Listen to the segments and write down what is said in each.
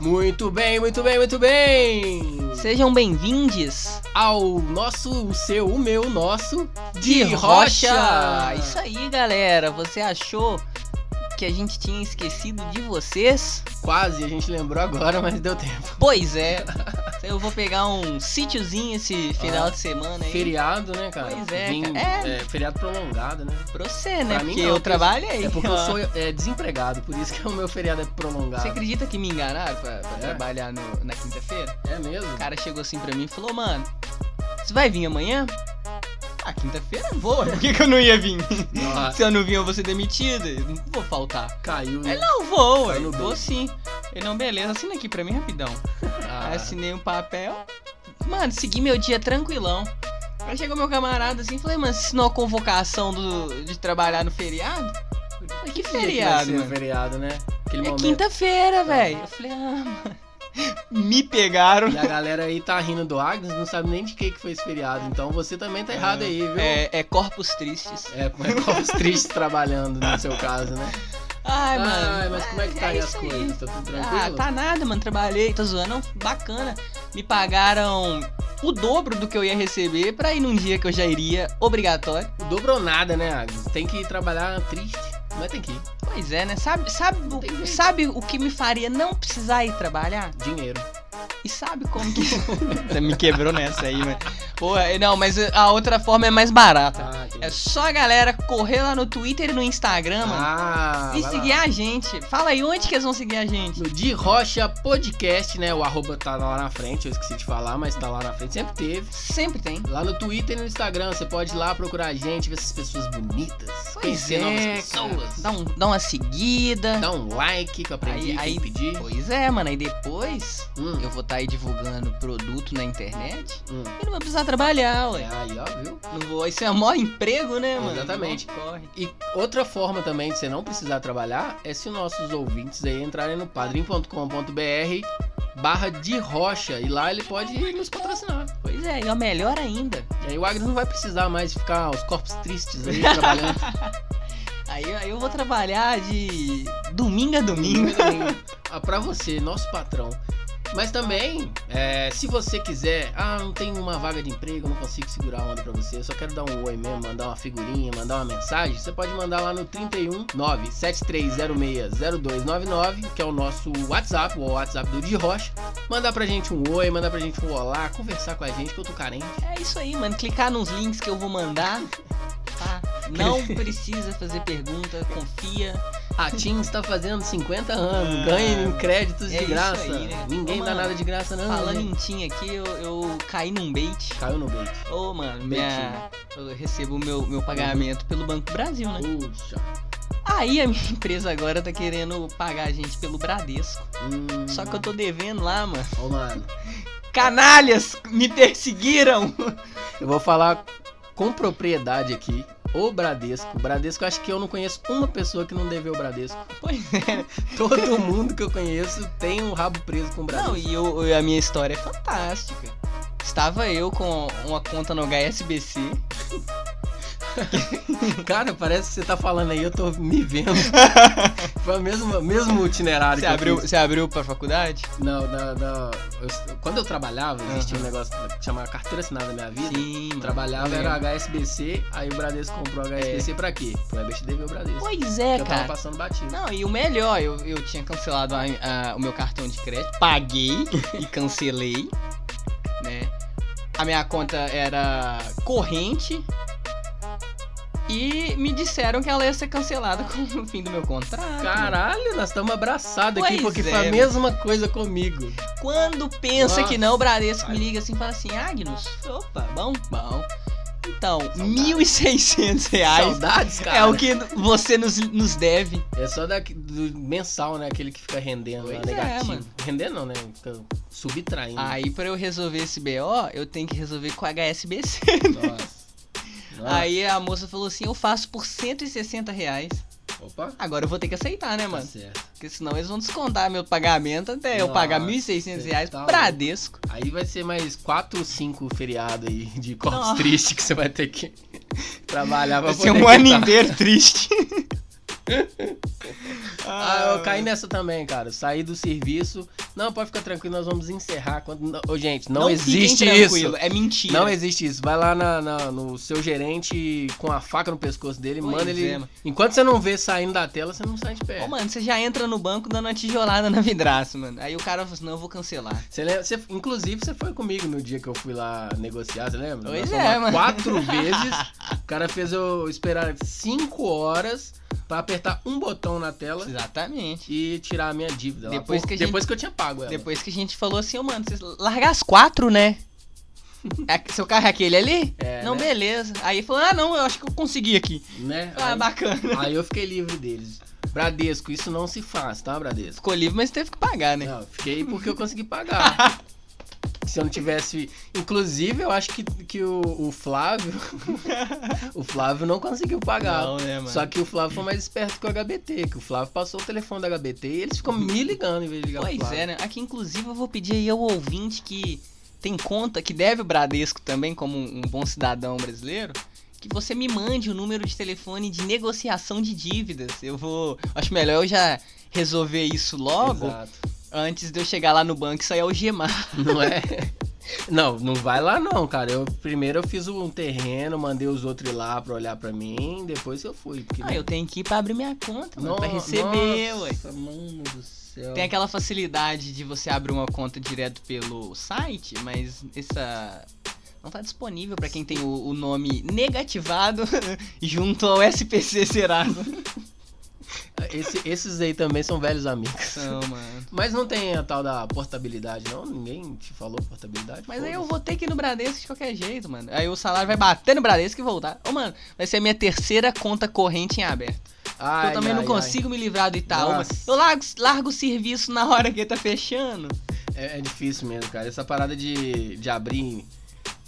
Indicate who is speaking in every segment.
Speaker 1: Muito bem, muito bem, muito bem!
Speaker 2: Sejam bem-vindos
Speaker 1: Ao nosso, o seu, o meu, o nosso
Speaker 2: de Rocha! Isso aí, galera! Você achou que a gente tinha esquecido de vocês?
Speaker 1: Quase, a gente lembrou agora, mas deu tempo.
Speaker 2: Pois é! Eu vou pegar um sítiozinho esse
Speaker 1: Ah,
Speaker 2: final de semana aí.
Speaker 1: Feriado, né, cara?
Speaker 2: Pois é,
Speaker 1: Vim-
Speaker 2: cara. É.
Speaker 1: Feriado prolongado, né?
Speaker 2: Pra você, né?
Speaker 1: Pra mim
Speaker 2: porque
Speaker 1: não,
Speaker 2: eu
Speaker 1: porque-
Speaker 2: trabalhei.
Speaker 1: É porque eu
Speaker 2: Ó.
Speaker 1: sou é, desempregado, por isso que o meu feriado é prolongado.
Speaker 2: Você acredita que me enganaram pra, pra
Speaker 1: É?
Speaker 2: trabalhar no- na quinta-feira?
Speaker 1: É mesmo?
Speaker 2: O cara chegou assim pra mim e falou, mano, você vai vir amanhã? Ah, quinta-feira eu vou. Por que, que eu não ia vir?
Speaker 1: Nossa,
Speaker 2: Se eu não vir, eu vou ser demitido. Eu Não vou faltar.
Speaker 1: caiu, né?
Speaker 2: Ele não vou,
Speaker 1: Tá
Speaker 2: eu
Speaker 1: no
Speaker 2: vou
Speaker 1: bem.
Speaker 2: sim. Ele não, beleza, assina aqui pra mim rapidão.
Speaker 1: Ah,
Speaker 2: Aí assinei um papel. Mano, segui meu dia tranquilão. Aí chegou meu camarada assim, falei, mano, você assinou a convocação do, de trabalhar no feriado? Eu Falei,
Speaker 1: que dia que
Speaker 2: que
Speaker 1: vai
Speaker 2: feriado,
Speaker 1: ser o
Speaker 2: mano?
Speaker 1: feriado, né? Aquele
Speaker 2: É
Speaker 1: momento. Tá.
Speaker 2: quinta-feira, velho. Eu falei, ah, mano. Me pegaram.
Speaker 1: E a galera aí tá rindo do Agnes, não sabe nem de que que foi esse feriado. Então você também tá errado aí, viu?
Speaker 2: É, é corpos tristes.
Speaker 1: É, mas com os tristes trabalhando no seu caso, né?
Speaker 2: Ai, mano.
Speaker 1: Ai, mas como é que tá aí as
Speaker 2: isso
Speaker 1: coisas? Tá tudo
Speaker 2: Ah,
Speaker 1: tranquilo?
Speaker 2: tá nada, mano. Trabalhei, tô zoando. Bacana. Me pagaram o dobro do que eu ia receber pra ir num dia que eu já iria, obrigatório.
Speaker 1: Dobrou nada, né, Agnes? Tem que trabalhar triste, mas tem que ir.
Speaker 2: Pois é, né? Sabe, sabe, o-
Speaker 1: tem jeito.
Speaker 2: sabe o que me faria não precisar ir trabalhar?
Speaker 1: Dinheiro.
Speaker 2: E sabe como que. Você me quebrou nessa aí, mano. Pô, é- não, mas a outra forma é mais barata.
Speaker 1: Tá, tem...
Speaker 2: É só a galera correr lá no Twitter e no Instagram, mano.
Speaker 1: Ah, vai
Speaker 2: e
Speaker 1: lá.
Speaker 2: seguir a gente. Fala aí onde que eles vão seguir a gente.
Speaker 1: No De Rocha Podcast, né? O arroba tá lá na frente, eu esqueci de falar, mas tá lá na frente, sempre teve.
Speaker 2: Sempre tem.
Speaker 1: Lá no Twitter e no Instagram, você pode ir lá procurar a gente, ver essas pessoas bonitas, conhecer novas
Speaker 2: é, cara.
Speaker 1: pessoas.
Speaker 2: Dá, um, dá uma seguida.
Speaker 1: Dá um like que eu aprendi
Speaker 2: Aí-
Speaker 1: que
Speaker 2: aí-
Speaker 1: eu pedi.
Speaker 2: Pois é, mano. Aí depois
Speaker 1: Hum,
Speaker 2: eu vou estar aí divulgando produto na internet.
Speaker 1: hum.
Speaker 2: E não vou precisar trabalhar,
Speaker 1: É,
Speaker 2: ué.
Speaker 1: aí, ó, viu?
Speaker 2: Não vou. Isso é o maior emprego, né, mano?
Speaker 1: Exatamente.
Speaker 2: Mó Corre.
Speaker 1: E outra forma também de você não precisar trabalhar é se nossos ouvintes aí entrarem no padrim.com.br barra de rocha e lá ele pode nos patrocinar.
Speaker 2: Pois é, e ó, melhor ainda.
Speaker 1: E aí o Agnes não vai precisar mais ficar os corpos tristes aí trabalhando
Speaker 2: Aí, aí eu vou trabalhar de domingo a domingo.
Speaker 1: domingo, domingo. Ah, pra você, nosso patrão. Mas também, é, se você quiser, ah, não tem uma vaga de emprego, não consigo segurar a onda pra você, eu só quero dar um oi mesmo, mandar uma figurinha, mandar uma mensagem, você pode mandar lá no 31 0299 que é o nosso WhatsApp, o WhatsApp do Di Rocha. Mandar pra gente um oi, mandar pra gente um olá, conversar com a gente, que eu tô carente.
Speaker 2: É isso aí, mano. Clicar nos links que eu vou mandar. Tá? Não precisa fazer pergunta, confia.
Speaker 1: A TIM está fazendo 50
Speaker 2: Ah,
Speaker 1: anos, ganhe em créditos
Speaker 2: é
Speaker 1: de
Speaker 2: isso
Speaker 1: graça.
Speaker 2: aí, né?
Speaker 1: Ninguém
Speaker 2: Ô,
Speaker 1: dá
Speaker 2: mano,
Speaker 1: nada de graça, não.
Speaker 2: Falando
Speaker 1: né?
Speaker 2: em Tim aqui, eu, eu caí num bait.
Speaker 1: Caiu no bait.
Speaker 2: Ô, mano, minha, eu recebo meu, meu pagamento pelo Banco do Brasil, né?
Speaker 1: Puxa.
Speaker 2: Aí a minha empresa agora tá querendo pagar a gente pelo Bradesco.
Speaker 1: Hum,
Speaker 2: Só que eu tô devendo lá, mano.
Speaker 1: Ô, mano,
Speaker 2: Canalhas me perseguiram!
Speaker 1: eu vou falar com propriedade aqui. O Bradesco. O Bradesco, eu acho que eu não conheço uma pessoa que não deveu o Bradesco.
Speaker 2: Pois é,
Speaker 1: Todo mundo que eu conheço tem um rabo preso com o
Speaker 2: Não,
Speaker 1: Bradesco.
Speaker 2: e eu- eu- a minha história é fantástica. Estava eu com uma conta no HSBC.
Speaker 1: Cara, parece que você tá falando aí, eu tô me vendo. Foi o mesmo, mesmo itinerário
Speaker 2: Você
Speaker 1: que eu
Speaker 2: abriu,
Speaker 1: fiz.
Speaker 2: você abriu pra faculdade?
Speaker 1: Não, da, da- eu- quando eu trabalhava, existia um
Speaker 2: Aham.
Speaker 1: negócio que chamava carteira assinada na minha vida.
Speaker 2: Sim. Tá
Speaker 1: Eu trabalhava, era HSBC, aí o Bradesco comprou o HSBC pra quê? Pra investir dever o Bradesco.
Speaker 2: Pois é,
Speaker 1: eu tava
Speaker 2: cara.
Speaker 1: passando batido.
Speaker 2: Não, e o melhor, eu, eu tinha cancelado a- a- o meu cartão de crédito, paguei e cancelei, né? A minha conta era corrente e me disseram que ela ia ser cancelada com o fim do meu contrato.
Speaker 1: Caralho, nós estamos abraçados aqui
Speaker 2: Pois
Speaker 1: porque
Speaker 2: é,
Speaker 1: foi a
Speaker 2: mano.
Speaker 1: mesma coisa comigo.
Speaker 2: Quando pensa
Speaker 1: Nossa.
Speaker 2: que não, o Bradesco me
Speaker 1: Ai.
Speaker 2: liga assim e fala assim, Agnus, opa, bom, bom. Então, R$ 1.600 reais
Speaker 1: Saudades, cara.
Speaker 2: é o que você nos, nos deve.
Speaker 1: É só da, do mensal, né? Aquele que fica rendendo lá,
Speaker 2: Pois é,
Speaker 1: negativo.
Speaker 2: mano.
Speaker 1: Rendendo não, né? Fica subtraindo.
Speaker 2: Aí, pra eu resolver esse BO, eu tenho que resolver com a HSBC.
Speaker 1: Nossa. Nossa.
Speaker 2: Aí a moça falou assim, eu faço por 160 reais.
Speaker 1: Opa.
Speaker 2: Agora eu vou ter que aceitar, né,
Speaker 1: Tá
Speaker 2: mano?
Speaker 1: certo.
Speaker 2: Porque senão eles vão descontar meu pagamento até eu
Speaker 1: Nossa,
Speaker 2: pagar R$ 1.600 reais
Speaker 1: tá louco.
Speaker 2: Bradesco.
Speaker 1: Aí vai ser mais 4 ou 5 feriado aí de corpos
Speaker 2: Nossa.
Speaker 1: triste que você vai ter que trabalhar pra
Speaker 2: Vai ser um
Speaker 1: poder
Speaker 2: ano
Speaker 1: quitar.
Speaker 2: inteiro triste.
Speaker 1: Ah, eu caí nessa também, cara. Eu Saí do serviço. Não, pode ficar tranquilo, nós vamos encerrar. Quando... Não- Ô, gente, não,
Speaker 2: fiquem
Speaker 1: existe
Speaker 2: tranquilo,
Speaker 1: isso.
Speaker 2: É mentira.
Speaker 1: Não existe isso. Vai lá na- na- no seu gerente com a faca no pescoço dele,
Speaker 2: Pois
Speaker 1: manda ele.
Speaker 2: é, mano.
Speaker 1: Enquanto você não vê saindo da tela, você não sai de pé.
Speaker 2: Ô, mano, você já entra no banco dando uma tijolada na vidraça, mano. Aí o cara fala assim, não, eu vou cancelar.
Speaker 1: Você lembra- você- inclusive, você foi comigo no dia que eu fui lá negociar, você lembra?
Speaker 2: Pois
Speaker 1: Nós fomos
Speaker 2: é,
Speaker 1: lá
Speaker 2: mano.
Speaker 1: Quatro vezes. O cara fez eu esperar cinco horas pra apertar um botão na tela
Speaker 2: Exatamente.
Speaker 1: e tirar a minha dívida. lá.
Speaker 2: Depois que a gente-
Speaker 1: depois que eu tinha pago ela.
Speaker 2: Depois que a gente falou assim, ô, mano, vocês largar as quatro, né? É, seu carro é aquele ali?
Speaker 1: É,
Speaker 2: não,
Speaker 1: né?
Speaker 2: beleza. Aí falou, ah, não, eu acho que eu consegui aqui.
Speaker 1: Né?
Speaker 2: Ah,
Speaker 1: Aí-
Speaker 2: bacana.
Speaker 1: Aí eu fiquei livre deles. Bradesco, isso não se faz, tá, Bradesco?
Speaker 2: Ficou livre, mas teve que pagar, né?
Speaker 1: Não, fiquei porque eu consegui pagar. Se eu não tivesse. Inclusive, eu acho que, que o, o Flávio. o Flávio não conseguiu pagar.
Speaker 2: né, mano?
Speaker 1: Só que o Flávio foi mais esperto que o HBT, que o Flávio passou o telefone da HBT e eles ficam me ligando em vez de ligar pro
Speaker 2: Pois
Speaker 1: Flávio.
Speaker 2: é, né? Aqui, inclusive, eu vou pedir aí ao ouvinte que tem conta, que deve o Bradesco também, como um um bom cidadão brasileiro, que você me mande o número de telefone de negociação de dívidas. Eu vou. Acho melhor eu já resolver isso logo,
Speaker 1: Exato.
Speaker 2: antes de eu chegar lá no banco e sair algemar.
Speaker 1: Não é? Não, não vai lá não, cara. Eu primeiro eu fiz um terreno, mandei os outros ir lá pra olhar pra mim, depois eu fui. Porque
Speaker 2: Ah, eu tenho que ir pra abrir minha conta, mano,
Speaker 1: não
Speaker 2: pra receber, ué.
Speaker 1: Nossa, mano do céu.
Speaker 2: Tem aquela facilidade de você abrir uma conta direto pelo site, mas essa não tá disponível pra quem tem o, o nome negativado junto ao SPC Serasa.
Speaker 1: Esse- esses aí também são velhos amigos.
Speaker 2: Não, mano.
Speaker 1: Mas não tem a tal da portabilidade, não? Ninguém te falou portabilidade?
Speaker 2: Mas aí eu
Speaker 1: Foda-se.
Speaker 2: vou ter que ir no Bradesco de qualquer jeito, mano. Aí o salário vai bater no Bradesco e voltar. Ô, mano, vai ser a minha terceira conta corrente em aberto.
Speaker 1: Ai,
Speaker 2: eu também não
Speaker 1: ai,
Speaker 2: consigo me livrar do Itaú, mano.
Speaker 1: Nossa.
Speaker 2: Eu largo, largo o serviço na hora que tá fechando.
Speaker 1: ai. É, é difícil mesmo, cara. Essa parada de, de abrir.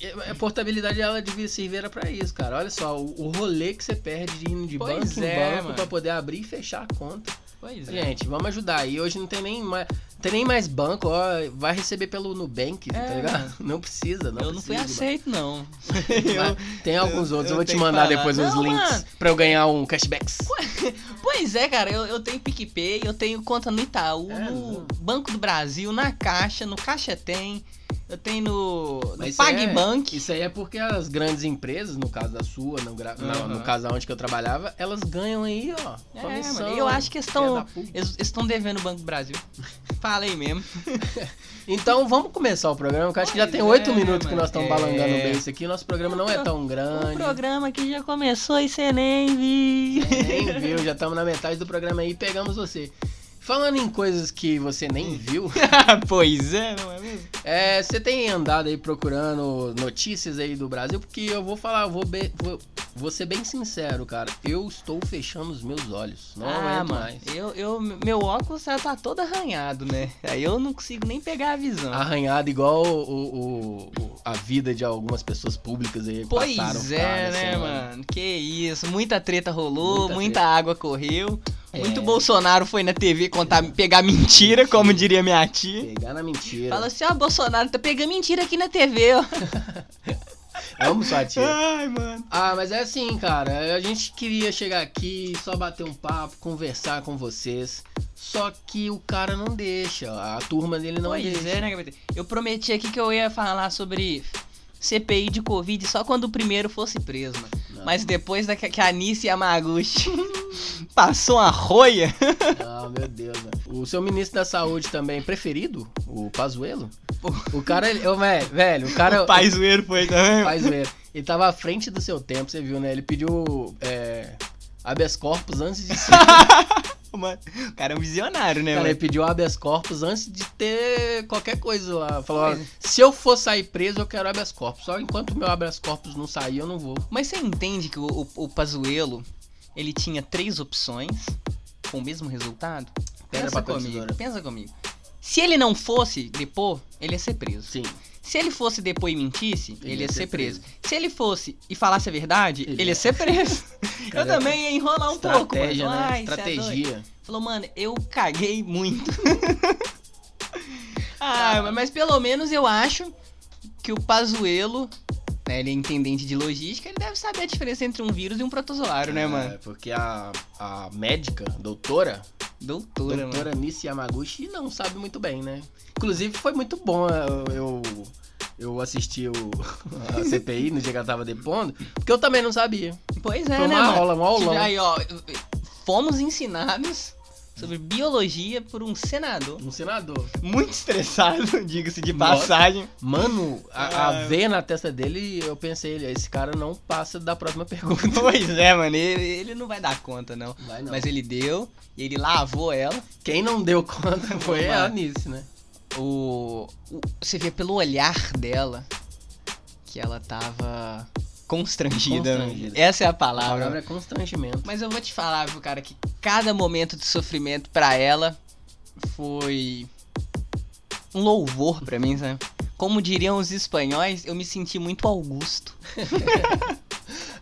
Speaker 1: é- é, portabilidade ela devia servir era pra isso, cara. Olha só, o, o rolê que você perde de indo de
Speaker 2: Pois
Speaker 1: banco em
Speaker 2: é,
Speaker 1: banco
Speaker 2: mano. É.
Speaker 1: pra poder abrir e fechar a conta.
Speaker 2: Pois
Speaker 1: Gente, vamos ajudar aí. Hoje não tem nem mais, não tem nem mais banco, ó. Vai receber pelo Nubank, tá
Speaker 2: É,
Speaker 1: ligado? Não precisa, não
Speaker 2: eu não fui
Speaker 1: precisa.
Speaker 2: aceito, não.
Speaker 1: Vai, Tem alguns
Speaker 2: eu-
Speaker 1: outros, eu,
Speaker 2: eu
Speaker 1: vou te
Speaker 2: tenho que
Speaker 1: mandar
Speaker 2: falar.
Speaker 1: depois uns
Speaker 2: Não,
Speaker 1: links
Speaker 2: mano.
Speaker 1: pra eu ganhar um cashback.
Speaker 2: Pois é, cara, eu, eu tenho PicPay, eu tenho conta no Itaú,
Speaker 1: É,
Speaker 2: no
Speaker 1: não.
Speaker 2: Banco do Brasil, na Caixa, no Caixa Tem, eu tenho no,
Speaker 1: Mas
Speaker 2: no
Speaker 1: isso aí
Speaker 2: PagBank.
Speaker 1: Isso aí é porque as grandes empresas, no caso da sua, no, gra- na-
Speaker 2: Aham.
Speaker 1: no caso onde que eu trabalhava, elas ganham aí, ó.
Speaker 2: É,
Speaker 1: Comissão,
Speaker 2: mano, eu acho que eles
Speaker 1: filha
Speaker 2: estão
Speaker 1: da puta.
Speaker 2: eles estão devendo o Banco do Brasil. Falei mesmo.
Speaker 1: Então vamos começar o programa, que eu acho que já
Speaker 2: Pois
Speaker 1: tem oito
Speaker 2: é,
Speaker 1: minutos que
Speaker 2: mano.
Speaker 1: nós estamos
Speaker 2: É.
Speaker 1: balangando bem isso aqui. Nosso programa não é tão
Speaker 2: O
Speaker 1: grande.
Speaker 2: programa que já começou e você nem viu.
Speaker 1: Nem viu, já estamos na metade do programa aí, pegamos você. Falando em coisas que você nem viu,
Speaker 2: pois é, não é mesmo?
Speaker 1: é, você tem andado aí procurando notícias aí do Brasil? Porque eu vou falar, vou, be- vou- vou ser bem sincero, cara. Eu estou fechando os meus olhos, não é
Speaker 2: ah,
Speaker 1: aguento
Speaker 2: mano,
Speaker 1: mais.
Speaker 2: Eu, eu, meu óculos já tá todo arranhado, né? Aí eu não consigo nem pegar a visão.
Speaker 1: Arranhado igual o- o- o- a vida de algumas pessoas públicas aí.
Speaker 2: Pois
Speaker 1: passaram,
Speaker 2: é,
Speaker 1: cara,
Speaker 2: né,
Speaker 1: assim,
Speaker 2: mano? Que isso. Muita treta rolou,
Speaker 1: Muita
Speaker 2: muita, água correu.
Speaker 1: É.
Speaker 2: Muito Bolsonaro foi na TV contar, pegar mentira, como diria minha tia.
Speaker 1: Pegar na mentira.
Speaker 2: Fala assim, ó, Bolsonaro tá pegando mentira aqui na TV, ó. assim.
Speaker 1: Vamos, sua tia.
Speaker 2: Ai, mano.
Speaker 1: Ah, mas é assim, cara. A gente queria chegar aqui, só bater um papo, conversar com vocês. Só que o cara não deixa. A turma dele não
Speaker 2: pois
Speaker 1: deixa.
Speaker 2: é, né, Gabriel? Eu prometi aqui que eu ia falar sobre CPI de Covid só quando o primeiro fosse preso, mano.
Speaker 1: Não.
Speaker 2: Mas depois da que que a Anice Yamaguchi passou uma roia...
Speaker 1: Ah, meu Deus, velho. O seu ministro da saúde também é preferido, o Pazuello.
Speaker 2: Pô.
Speaker 1: O cara, ele, ô, velho, velho, o cara.
Speaker 2: o pai zoeiro foi também, mano.
Speaker 1: Pazuello. Ele tava à frente do seu tempo, você viu, né? Ele pediu é, habeas corpus antes de ser.
Speaker 2: Mano, O cara é um visionário, né,
Speaker 1: Cara,
Speaker 2: mano?
Speaker 1: ele pediu habeas corpus antes de ter qualquer coisa lá. Falou, ó,
Speaker 2: Pois é.
Speaker 1: se eu for sair preso, eu quero habeas corpus. Só enquanto o meu habeas corpus não sair, eu não vou.
Speaker 2: Mas você entende que o, o, o Pazuello, ele tinha três opções com o mesmo resultado?
Speaker 1: Pedra,
Speaker 2: pensa
Speaker 1: papel,
Speaker 2: comigo,
Speaker 1: tesoura.
Speaker 2: pensa comigo. Se ele não fosse depor, ele ia ser preso.
Speaker 1: Sim.
Speaker 2: Se ele fosse depois e mentisse, ele,
Speaker 1: Ele
Speaker 2: ia ser preso. Se ele fosse e falasse a verdade, ele, é.
Speaker 1: Ele
Speaker 2: ia
Speaker 1: ia-
Speaker 2: ser preso. eu
Speaker 1: Cara,
Speaker 2: também ia enrolar um pouco, mano.
Speaker 1: Estratégia, né?
Speaker 2: Ai, cê é doido.
Speaker 1: Estratégia.
Speaker 2: Falou, mano, eu caguei muito. ah, mas- mas pelo menos eu acho que o Pazuelo, né, ele é intendente de logística, ele deve saber a diferença entre um vírus e um protozoário, né, mano?
Speaker 1: É, porque a, a médica, doutora,
Speaker 2: Doutora,
Speaker 1: doutora,
Speaker 2: mano.
Speaker 1: Miss Yamaguchi, não sabe muito bem, né? Inclusive, foi muito bom né? eu... eu... eu assisti o, a CPI no dia que ela tava depondo, porque eu também não sabia.
Speaker 2: Pois é,
Speaker 1: Foi
Speaker 2: né,
Speaker 1: uma
Speaker 2: mano?
Speaker 1: aula, um aulão.
Speaker 2: Aí, ó, fomos ensinados sobre biologia por um senador.
Speaker 1: Um senador.
Speaker 2: Muito estressado, diga-se de
Speaker 1: Nossa.
Speaker 2: passagem.
Speaker 1: Mano, a, a
Speaker 2: Ah.
Speaker 1: veia na testa dele, eu pensei, esse cara não passa da próxima pergunta.
Speaker 2: Pois é, mano, ele, ele não vai dar conta, não.
Speaker 1: Vai não.
Speaker 2: Mas ele deu, e ele lavou ela.
Speaker 1: Quem não deu conta foi
Speaker 2: Vamos lá.
Speaker 1: a Anice, né?
Speaker 2: o, o- você vê pelo olhar dela que ela tava constrangida.
Speaker 1: Constrangida.
Speaker 2: Essa é a
Speaker 1: A palavra
Speaker 2: palavra.
Speaker 1: é constrangimento.
Speaker 2: Mas eu vou te falar, viu, cara, que cada momento de sofrimento pra ela foi um louvor pra mim, sabe? Como diriam os espanhóis, eu me senti muito Augusto.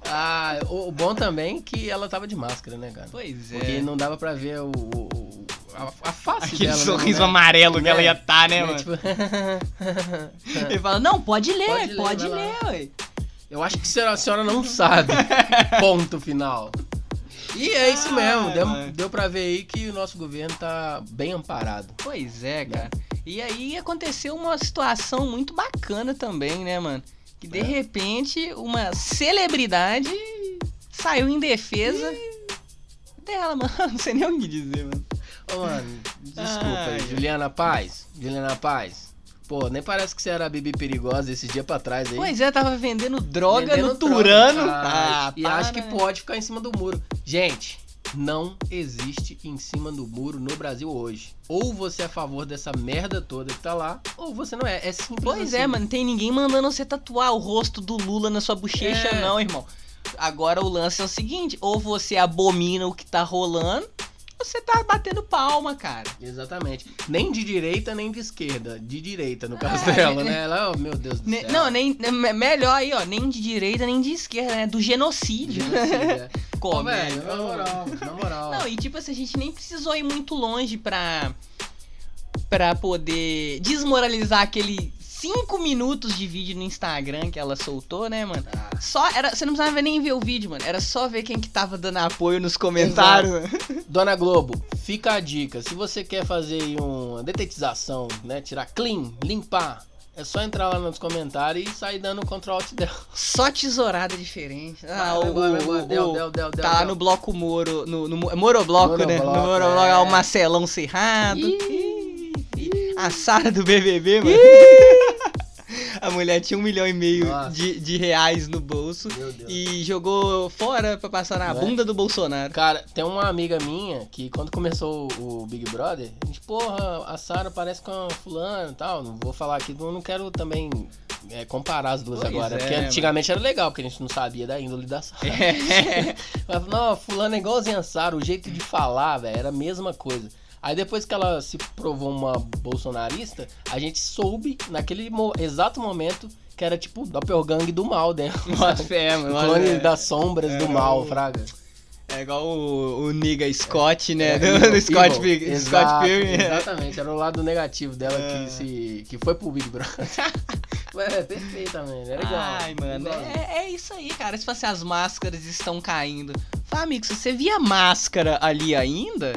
Speaker 1: Ah, o, o bom também é que ela tava de máscara, né, cara?
Speaker 2: Pois é.
Speaker 1: Porque não dava pra ver o, o- o- a, a face
Speaker 2: Aquele
Speaker 1: dela.
Speaker 2: sorriso
Speaker 1: mesmo, né?
Speaker 2: amarelo que
Speaker 1: Né?
Speaker 2: ela ia tá, né,
Speaker 1: Né,
Speaker 2: mano?
Speaker 1: tipo,
Speaker 2: Ele fala, não, pode ler,
Speaker 1: Pode
Speaker 2: pode,
Speaker 1: ler, vai lá."
Speaker 2: ler, ué.
Speaker 1: Eu acho que a senhora- a senhora não sabe. Ponto final. E é isso
Speaker 2: Ah,
Speaker 1: mesmo.
Speaker 2: mano.
Speaker 1: Deu, deu pra ver aí que o nosso governo tá bem amparado.
Speaker 2: Pois é, cara. E aí aconteceu uma situação muito bacana também, né, mano? Que de
Speaker 1: É.
Speaker 2: repente uma celebridade saiu em defesa dela, mano. Não sei nem o que dizer, mano.
Speaker 1: Ô, mano, desculpa
Speaker 2: Ai,
Speaker 1: aí. Juliana Paz. Juliana Paz. Pô, nem parece que você era a Bibi perigosa esses dias pra trás aí.
Speaker 2: Pois é, tava vendendo droga
Speaker 1: Vendendo
Speaker 2: no Turano.
Speaker 1: droga. Ah, e
Speaker 2: para,
Speaker 1: acho que
Speaker 2: né?
Speaker 1: pode ficar em cima do muro. Gente, não existe em cima do muro no Brasil hoje. Ou você é a favor dessa merda toda que tá lá, ou você não é. É simples.
Speaker 2: Pois é,
Speaker 1: assim.
Speaker 2: mano, tem ninguém mandando você tatuar o rosto do Lula na sua bochecha,
Speaker 1: É.
Speaker 2: não, irmão. Agora o lance é o seguinte: ou você abomina o que tá rolando, ou você tá batendo palma, cara.
Speaker 1: Exatamente. Nem de direita, nem de esquerda. De direita, no caso
Speaker 2: É,
Speaker 1: dela,
Speaker 2: né?
Speaker 1: né? Ela, oh, meu Deus do
Speaker 2: Ne-
Speaker 1: céu.
Speaker 2: não, nem ne- me- melhor aí, ó, nem de direita nem de esquerda, né? Do genocídio.
Speaker 1: Genocida. Ô,
Speaker 2: Como,
Speaker 1: velho, na
Speaker 2: ô.
Speaker 1: moral, na moral.
Speaker 2: Não, e tipo assim, a gente nem precisou ir muito longe pra para poder desmoralizar aquele 5 minutos de vídeo no Instagram que ela soltou, né, mano?
Speaker 1: Ah,
Speaker 2: Só era, você não precisava nem ver o vídeo, mano. Era só ver quem que tava dando apoio nos comentários.
Speaker 1: Dona Globo, fica a dica. Se você quer fazer aí uma detetização, né? Tirar clean, limpar, é só entrar lá nos comentários e sair dando Ctrl Alt Del.
Speaker 2: Só tesourada diferente. Ah,
Speaker 1: Vai,
Speaker 2: o,
Speaker 1: vai, vai, vai,
Speaker 2: o-
Speaker 1: Del,
Speaker 2: o-
Speaker 1: Del, Del, Del,
Speaker 2: Tá lá
Speaker 1: Del.
Speaker 2: no bloco Moro, no, no Mo- Morobloco, né? No
Speaker 1: Monobloco,
Speaker 2: Morobloco, é. o
Speaker 1: é.
Speaker 2: Marcelão Cerrado.
Speaker 1: Ih,
Speaker 2: Ih. A Sara do BBB, mano. A mulher tinha um milhão e meio
Speaker 1: Nossa.
Speaker 2: de, de reais no bolso
Speaker 1: Meu Deus.
Speaker 2: e jogou fora pra passar na
Speaker 1: Não é?
Speaker 2: bunda do Bolsonaro.
Speaker 1: Cara, tem uma amiga minha que quando começou o o Big Brother, a gente, porra, a Sarah parece com a fulana e tal. Não vou falar aqui, não quero também é, comparar as duas
Speaker 2: Pois
Speaker 1: agora.
Speaker 2: é,
Speaker 1: porque
Speaker 2: mano.
Speaker 1: antigamente era legal, porque a gente não sabia da índole da Sarah.
Speaker 2: É.
Speaker 1: Mas, não, fulano é igualzinho a Sarah, o jeito de falar, velho, era a mesma coisa. Aí depois que ela se provou uma bolsonarista, a gente soube naquele mo- exato momento que era tipo o doppelgang do mal dela.
Speaker 2: Bota fé,
Speaker 1: O
Speaker 2: mano. bota
Speaker 1: clone
Speaker 2: fé.
Speaker 1: das sombras
Speaker 2: é,
Speaker 1: do mal,
Speaker 2: o-
Speaker 1: Fraga.
Speaker 2: É igual o, o Nigga Scott, né?
Speaker 1: É,
Speaker 2: do,
Speaker 1: evil,
Speaker 2: do Scott,
Speaker 1: evil.
Speaker 2: Pig-
Speaker 1: Exato,
Speaker 2: Scott Pilgrim.
Speaker 1: Exatamente, era o lado negativo dela
Speaker 2: É.
Speaker 1: que, se, que foi pro Big Brother. Mas é perfeitamente, era igual.
Speaker 2: Ai, mano,
Speaker 1: Igual.
Speaker 2: é, é isso aí, cara. Tipo assim, as máscaras estão caindo. Fala, amigo, se você via máscara ali ainda,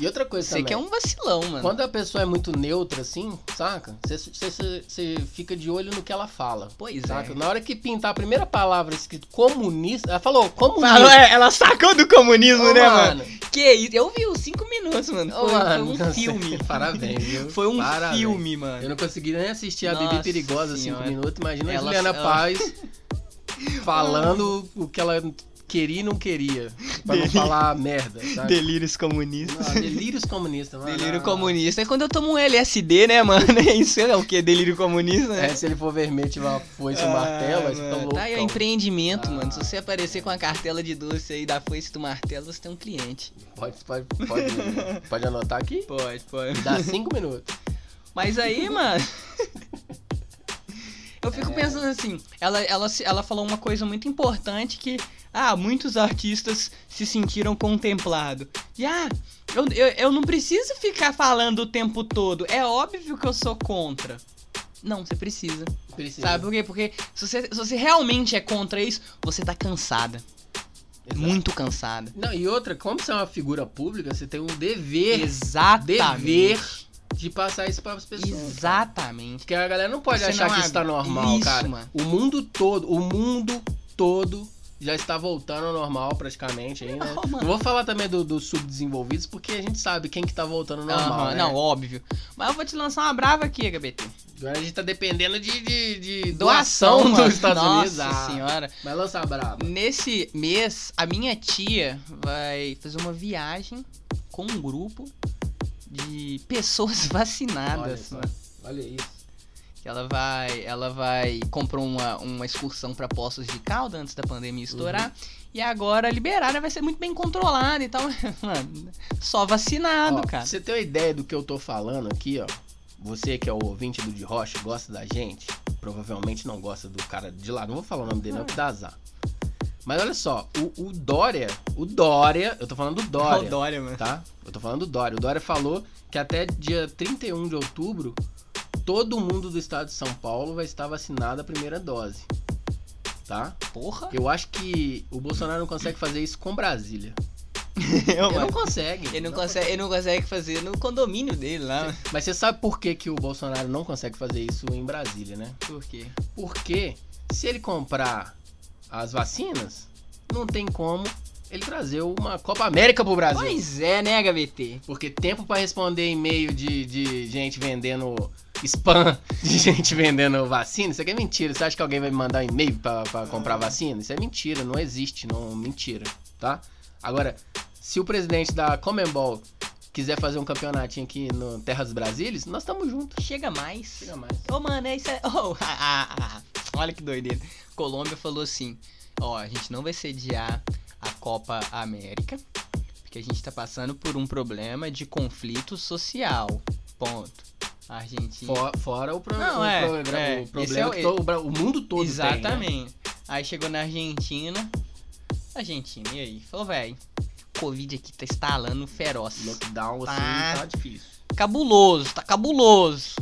Speaker 1: E outra coisa
Speaker 2: você
Speaker 1: também.
Speaker 2: que é um vacilão, mano.
Speaker 1: Quando a pessoa é muito neutra, assim, saca? Você- Você você- você fica de olho no que ela fala.
Speaker 2: Pois
Speaker 1: Saca?
Speaker 2: é.
Speaker 1: Na hora tá que pintar a primeira palavra escrito comunista, ela falou comunista.
Speaker 2: Falou, é, ela sacou do comunismo,
Speaker 1: Ô,
Speaker 2: né, mano?
Speaker 1: mano?
Speaker 2: Que isso? Eu vi os cinco minutos, mano.
Speaker 1: Ô,
Speaker 2: Foi, foi
Speaker 1: mano,
Speaker 2: um filme.
Speaker 1: Parabéns, viu?
Speaker 2: Foi um
Speaker 1: Parabéns.
Speaker 2: filme, mano.
Speaker 1: Eu não consegui nem assistir a
Speaker 2: Nossa
Speaker 1: Bibi Perigosa cinco
Speaker 2: Senhora.
Speaker 1: minutos. Imagina
Speaker 2: Ela-
Speaker 1: a Juliana
Speaker 2: ela-
Speaker 1: Paz falando o que ela queria e não queria. Pra não
Speaker 2: Delírio.
Speaker 1: falar merda, sabe?
Speaker 2: Delírios comunistas.
Speaker 1: Não, delírios comunistas, mano.
Speaker 2: Delírio
Speaker 1: Ah,
Speaker 2: comunista. É quando eu tomo um LSD, né, mano? Isso é o quê? Delírio comunista? né?
Speaker 1: É, se ele for vermelho, tiver uma foice e um
Speaker 2: Ah,
Speaker 1: martelo, aí fica
Speaker 2: mano.
Speaker 1: louco.
Speaker 2: Tá aí o empreendimento, mano. Se
Speaker 1: Ah.
Speaker 2: você aparecer com a cartela de doce aí da foice do martelo, você tem um cliente.
Speaker 1: Pode, pode, pode, pode anotar aqui?
Speaker 2: Pode, pode.
Speaker 1: Dá cinco minutos.
Speaker 2: Mas aí, mano. Eu fico
Speaker 1: É.
Speaker 2: pensando assim, ela, ela, se- ela falou uma coisa muito importante que, ah, muitos artistas se sentiram contemplados. E, ah, eu, eu, eu não preciso ficar falando o tempo todo, é óbvio que eu sou contra. Não, você precisa.
Speaker 1: Precisa.
Speaker 2: Sabe por quê? Porque se você, se você realmente é contra isso, você tá cansada.
Speaker 1: Exato.
Speaker 2: Muito cansada.
Speaker 1: Não, e outra, como você é uma figura pública, você tem um dever
Speaker 2: Exatamente.
Speaker 1: dever de passar isso para as pessoas. cara.
Speaker 2: Exatamente.
Speaker 1: Porque a galera não pode
Speaker 2: Você
Speaker 1: achar
Speaker 2: não
Speaker 1: que
Speaker 2: abre.
Speaker 1: isso tá normal,
Speaker 2: Isso,
Speaker 1: cara.
Speaker 2: mano.
Speaker 1: O mundo todo, o mundo todo já está voltando ao normal praticamente aí, né?
Speaker 2: Não,
Speaker 1: Não,
Speaker 2: mano.
Speaker 1: vou falar também do- dos subdesenvolvidos, porque a gente sabe quem que tá voltando ao normal,
Speaker 2: Aham,
Speaker 1: né?
Speaker 2: Não, óbvio. Mas eu vou te lançar uma brava aqui, HBT.
Speaker 1: Agora a gente tá dependendo de, de- de doação,
Speaker 2: mano.
Speaker 1: dos Estados
Speaker 2: Nossa
Speaker 1: Unidos. Ah,
Speaker 2: senhora.
Speaker 1: Vai lançar brabo.
Speaker 2: Nesse mês, a minha tia vai fazer uma viagem com um grupo de pessoas
Speaker 1: Olha
Speaker 2: vacinadas, né?
Speaker 1: só.
Speaker 2: mano.
Speaker 1: Olha isso.
Speaker 2: Que Ela vai, ela vai comprar uma, uma excursão pra Poços de Calda antes da pandemia estourar.
Speaker 1: Uhum.
Speaker 2: E agora liberada vai ser muito bem controlada e tal. Mano, só vacinado,
Speaker 1: Ó, pra
Speaker 2: Ah, cara.
Speaker 1: você ter uma ideia do que eu tô falando aqui, ó. Você que é o ouvinte do De Rocha, gosta da gente. Provavelmente não gosta do cara de lá. Não vou falar o nome dele, não, que dá azar. Mas olha só, o, o Dória, o Dória, eu tô falando do Dória,
Speaker 2: Dória, mano.
Speaker 1: tá? Eu tô falando do Dória. O Dória falou que até dia 31 de outubro, todo mundo do estado de São Paulo vai estar vacinado a primeira dose, tá?
Speaker 2: Porra.
Speaker 1: Eu acho que o Bolsonaro não consegue fazer isso com Brasília.
Speaker 2: Eu,
Speaker 1: Ele não
Speaker 2: mano.
Speaker 1: consegue.
Speaker 2: Ele não consegue, ele não consegue fazer no condomínio dele lá. mano.
Speaker 1: Mas você sabe por que, que o Bolsonaro não consegue fazer isso em Brasília, né?
Speaker 2: Por quê?
Speaker 1: Porque se ele comprar as vacinas, não tem como ele trazer uma Copa América pro Brasil.
Speaker 2: Pois é, né, HBT?
Speaker 1: Porque tempo pra responder e-mail de, de gente vendendo spam, de gente vendendo vacina, isso aqui é mentira. Você acha que alguém vai me mandar um e-mail pra, pra
Speaker 2: Ah.
Speaker 1: comprar vacina? Isso é mentira, não existe, não, mentira, tá? Agora, se o presidente da Comembol quiser fazer um campeonatinho aqui no Terras Brasílias, nós estamos juntos.
Speaker 2: Chega mais.
Speaker 1: Chega mais.
Speaker 2: Ô, mano, é isso aí. Ô, ah, ah, ah. Olha que doideira. Colômbia falou assim: ó, a gente não vai sediar a Copa América, porque a gente tá passando por um problema de conflito social. Ponto. A Argentina.
Speaker 1: Fora, fora o, pro,
Speaker 2: Não,
Speaker 1: o,
Speaker 2: é,
Speaker 1: progra-
Speaker 2: é,
Speaker 1: o
Speaker 2: esse é
Speaker 1: problema
Speaker 2: o-
Speaker 1: que to- o, Bra- o mundo todo tem, né?
Speaker 2: Exatamente. Aí chegou na Argentina. Argentina, e aí? Falou, velho, Covid aqui tá estalando feroz.
Speaker 1: Lockdown, assim,
Speaker 2: Tá.
Speaker 1: tá difícil.
Speaker 2: Cabuloso, tá cabuloso.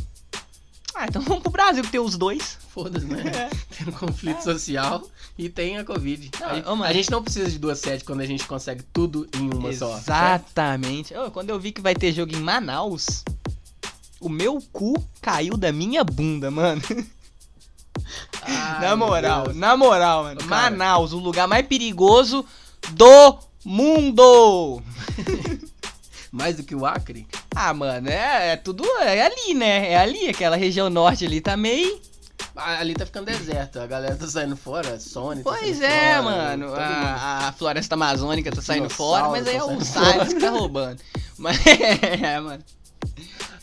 Speaker 2: Ah, então vamos pro Brasil que tem os dois.
Speaker 1: Foda-se, né? Tem um conflito social e tem a Covid.
Speaker 2: É. Não,
Speaker 1: a, gente,
Speaker 2: ô, mano.
Speaker 1: a gente não precisa de duas sedes quando a gente consegue tudo em uma só.
Speaker 2: Exatamente. Ô, quando eu vi que vai ter jogo em Manaus, o meu cu caiu da minha bunda, mano.
Speaker 1: Ai,
Speaker 2: na
Speaker 1: meu
Speaker 2: moral,
Speaker 1: Deus.
Speaker 2: na moral, mano.
Speaker 1: Ô, cara.
Speaker 2: Manaus, o lugar mais perigoso do mundo.
Speaker 1: Mais do que o Acre?
Speaker 2: Ah, mano, é, é tudo. É ali, né? É ali, aquela região norte ali tá meio.
Speaker 1: Ah, Ali tá ficando deserto, a galera tá saindo fora, Sony. tá
Speaker 2: Pois
Speaker 1: saindo
Speaker 2: é,
Speaker 1: fora,
Speaker 2: mano.
Speaker 1: todo mundo.
Speaker 2: A, a floresta amazônica tá saindo
Speaker 1: Dinossauro
Speaker 2: fora, mas aí é
Speaker 1: tá
Speaker 2: o
Speaker 1: saindo
Speaker 2: Salles
Speaker 1: fora.
Speaker 2: que tá roubando. Mas é, mano.